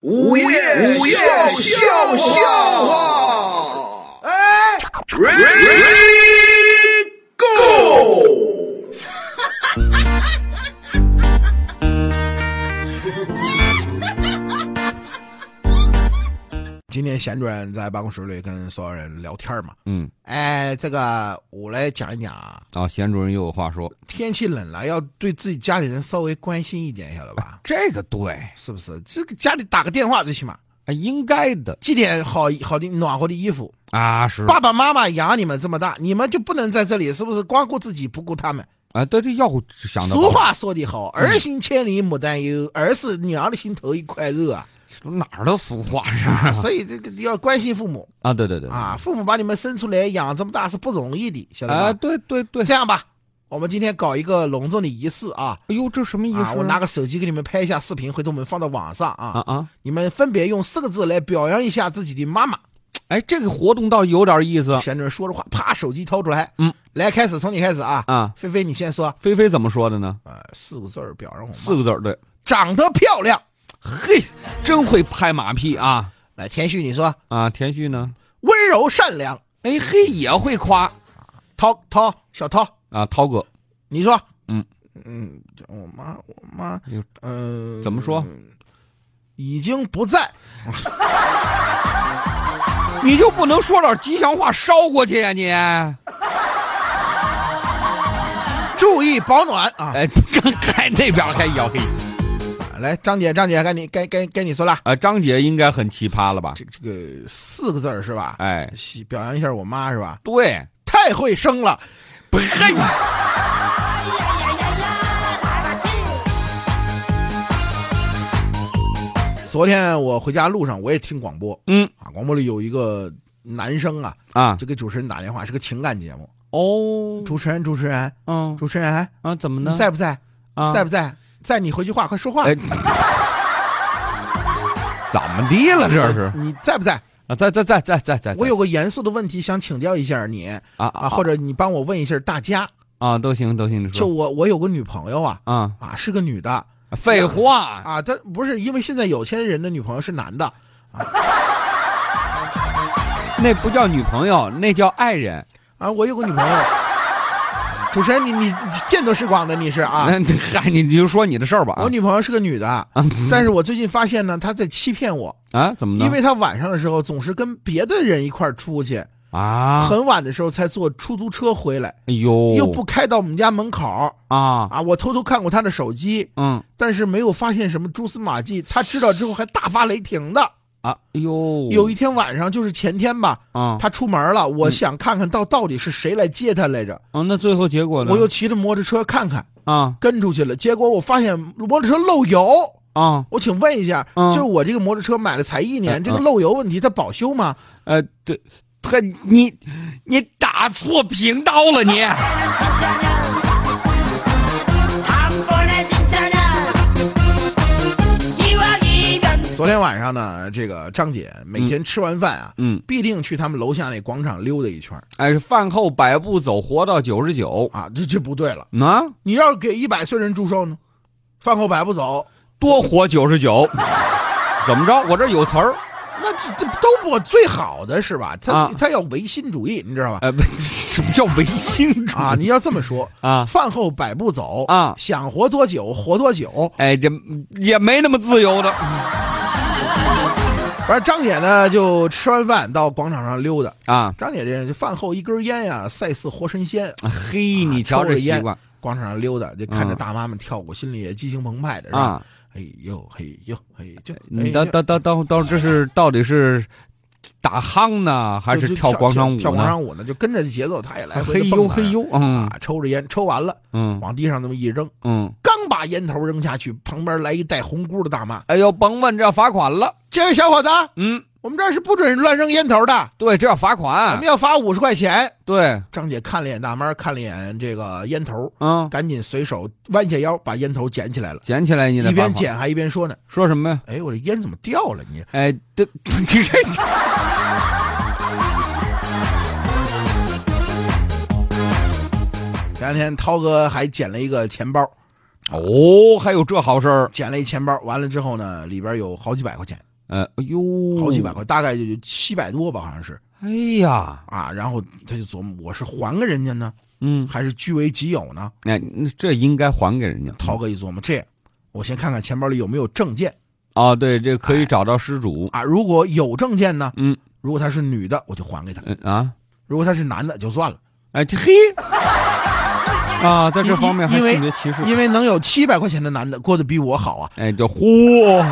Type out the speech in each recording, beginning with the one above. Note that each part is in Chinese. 午夜午夜笑笑话，哎，Ready Go！今天贤主任在办公室里跟所有人聊天嘛，嗯，哎，这个我来讲一讲啊，啊，贤主任又有话说，天气冷了，要对自己家里人稍微关心一点，晓得吧？ 这个对，是不是？这个家里打个电话最起码，啊，应该的寄点好好的暖和的衣服。啊，是爸爸妈妈养你们这么大，你们就不能在这里，是不是？光顾自己不顾他们。啊，对对，要想的俗话说得好，嗯儿行千里母担忧，儿是娘的心头一块肉啊。哪儿的俗话 是啊吧所以这个要关心父母 啊，对对对，啊，父母把你们生出来养这么大是不容易的，晓得吧？啊，对对对，这样吧，我们今天搞一个隆重的仪式啊。哎呦，这什么意啊，思我拿呢？个手机给你们拍一下视频，回头我们放到网上啊。啊啊，你们分别用四个字来表扬一下自己的妈妈。哎，这个活动倒有点意思贤主任说着话，啪，手机掏出来。嗯，来，开始，从你开始啊。啊。菲菲，你先说。菲菲怎么说的呢？呃，四个字儿表扬我妈，四个字儿，对，长得漂亮。嘿，真会拍马屁啊来，田旭，你说啊！田旭呢？温柔善良。哎嘿，也会夸涛涛，小涛，啊，涛哥你说。嗯嗯，我妈，我妈哎呦，嗯、怎么说？已经不在。你就不能说点吉祥话捎过去呀、你？注意保暖啊！哎， 刚才那边还摇嘿。哎来，张姐，张姐，该你，该该该你说了。啊，张姐应该很奇葩了吧？这这个四个字儿是吧？哎，喜表扬一下我妈是吧？对，太会生了，不嘿， 昨天我回家路上我也听广播嗯啊，广播里有一个男生啊，啊，就给主持人打电话，是个情感节目。哦，主持人，主持人，嗯主持人，啊，怎么你呢？在不在？啊，在不在？在你回句话，快说话。哎，怎么地了？这是你在不在？啊，在在在在在在，我有个严肃的问题想请教一下你啊啊，啊或者你帮我问一下大家。啊，都行都行，你就说我我有个女朋友啊啊，啊，是个女的废话，啊，但不是因为现在有些人的女朋友是男的，那不叫女朋友，那叫爱人啊，我有个女朋友。主持人，你你你见多识广的你是啊？那 嗨，你你就说你的事儿吧哎啊我女朋友是个女的，但是我最近发现呢，她在欺骗我，啊，怎么呢？因为她晚上的时候总是跟别的人一块儿出去，啊，很晚的时候才坐出租车回来，哎呦，又不开到我们家门口啊，啊。我偷偷看过她的手机，嗯但是没有发现什么蛛丝马迹。她知道之后还大发雷霆的。啊，哎呦，有一天晚上，就是前天吧，啊，她出门了，我嗯想看看到到底是谁来接她来着，啊，那最后结果呢？我又骑着摩托车看看。啊跟出去了，结果我发现摩托车漏油。啊，我请问一下，嗯就是我这个摩托车买了才一年，嗯这个漏油问题它保修吗？呃，对，他你你打错频道了你，昨天晚上呢，这个张姐每天吃完饭啊，嗯，必定去他们楼下那广场溜达一圈儿哎，饭后百步走，活到九十九，啊，这这不对了。啊，你要是给一百岁人祝寿呢，饭后百步走，多活九十九，怎么着？我这有词儿，那这这都不最好的是吧？他、啊他要唯心主义，你知道吧？呃，不，什么叫唯心主义啊，你要这么说，啊？饭后百步走啊想活多久活多久。哎，这也没那么自由的，完，张姐呢就吃完饭到广场上溜达。啊，张姐这人就饭后一根烟呀、赛似活神仙，嘿，你瞧这习惯广场上溜达，就看着嗯大妈们跳舞，心里也激情澎湃的，是吧？啊！嘿呦嘿呦嘿就，你哎到就到到到到，这是到底是打夯呢，还就是就跳跳广场舞跳广呢？场舞呢，就跟着节奏，她也来回嘿地呦蹦跶嘿呦，嗯啊，抽着烟，抽完了嗯往地上这么一扔，嗯，刚把烟头扔下去，旁边来一戴红箍的大妈，哎呦，甭问，这要罚款了。这位小伙子，嗯，我们这儿是不准乱扔烟头的，对，这要罚我款们。要罚五十块钱。对，张姐看了眼大妈，看了眼这个烟头，嗯，赶紧随手弯下腰把烟头捡起来了，捡起来你得一罚边款。捡还一边说呢。说什么呀？哎，我这烟怎么掉了？你哎，这 这这前两天涛哥还捡了一个钱包，哦，还有这好事儿捡了一钱包，完了之后呢，里边有好几百块钱。呃，哎呦，好几百。块，大概就七百多吧，好像是哎呀，啊。然后他就琢磨，我是还给人家呢，嗯，还是据为己有呢？哎，那这应该还给人家。涛哥一琢磨，这我先看看钱包里有没有证件啊，对，这可以找到失主。啊。如果有证件呢，嗯，如果她是女的，我就还给她；嗯啊，如果她是男的，就算了。哎，这嘿， 啊，在这方面还因为性别歧视。因为能有七百块钱的男的过得比我好啊。哎，哦叫嚯，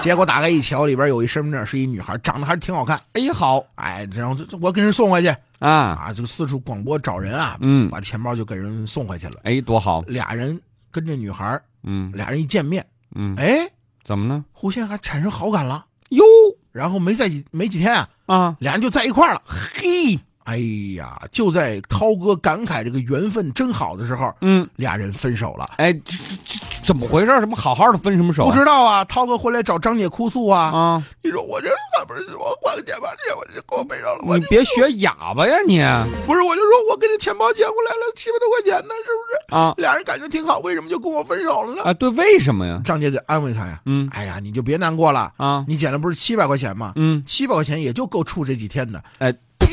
结果打开一瞧，里边有一身份证，是一女孩，长得还挺好看。哎好哎，然后这这我给人送回去啊，啊，就四处广播找人啊，嗯，把钱包就给人送回去了。哎，多好，俩人跟这女孩，嗯俩人一见面，嗯，哎，怎么呢？互相还产生好感了。哟然后没在几没几天啊，啊，俩人就在一块儿了。嘿，哎呀，就在涛哥感慨这个缘分真好的时候，嗯，俩人分手了。哎，这这这怎么回事？怎么好好的分什么手？不知道啊，涛哥回来找张姐哭诉啊。啊，你说我这还不是我还钱吧？这我就给我背上了，我你别学哑巴呀你啊不是我就说我给你钱包捡回来了七百多块钱呢，是不是？俩人感情挺好，为什么就跟我分手了呢？啊，对，为什么呀？张姐得安慰他呀。嗯哎呀，你就别难过了，啊，你捡了不是七百块钱吗？嗯，七百块钱也就够处这几天的。哎，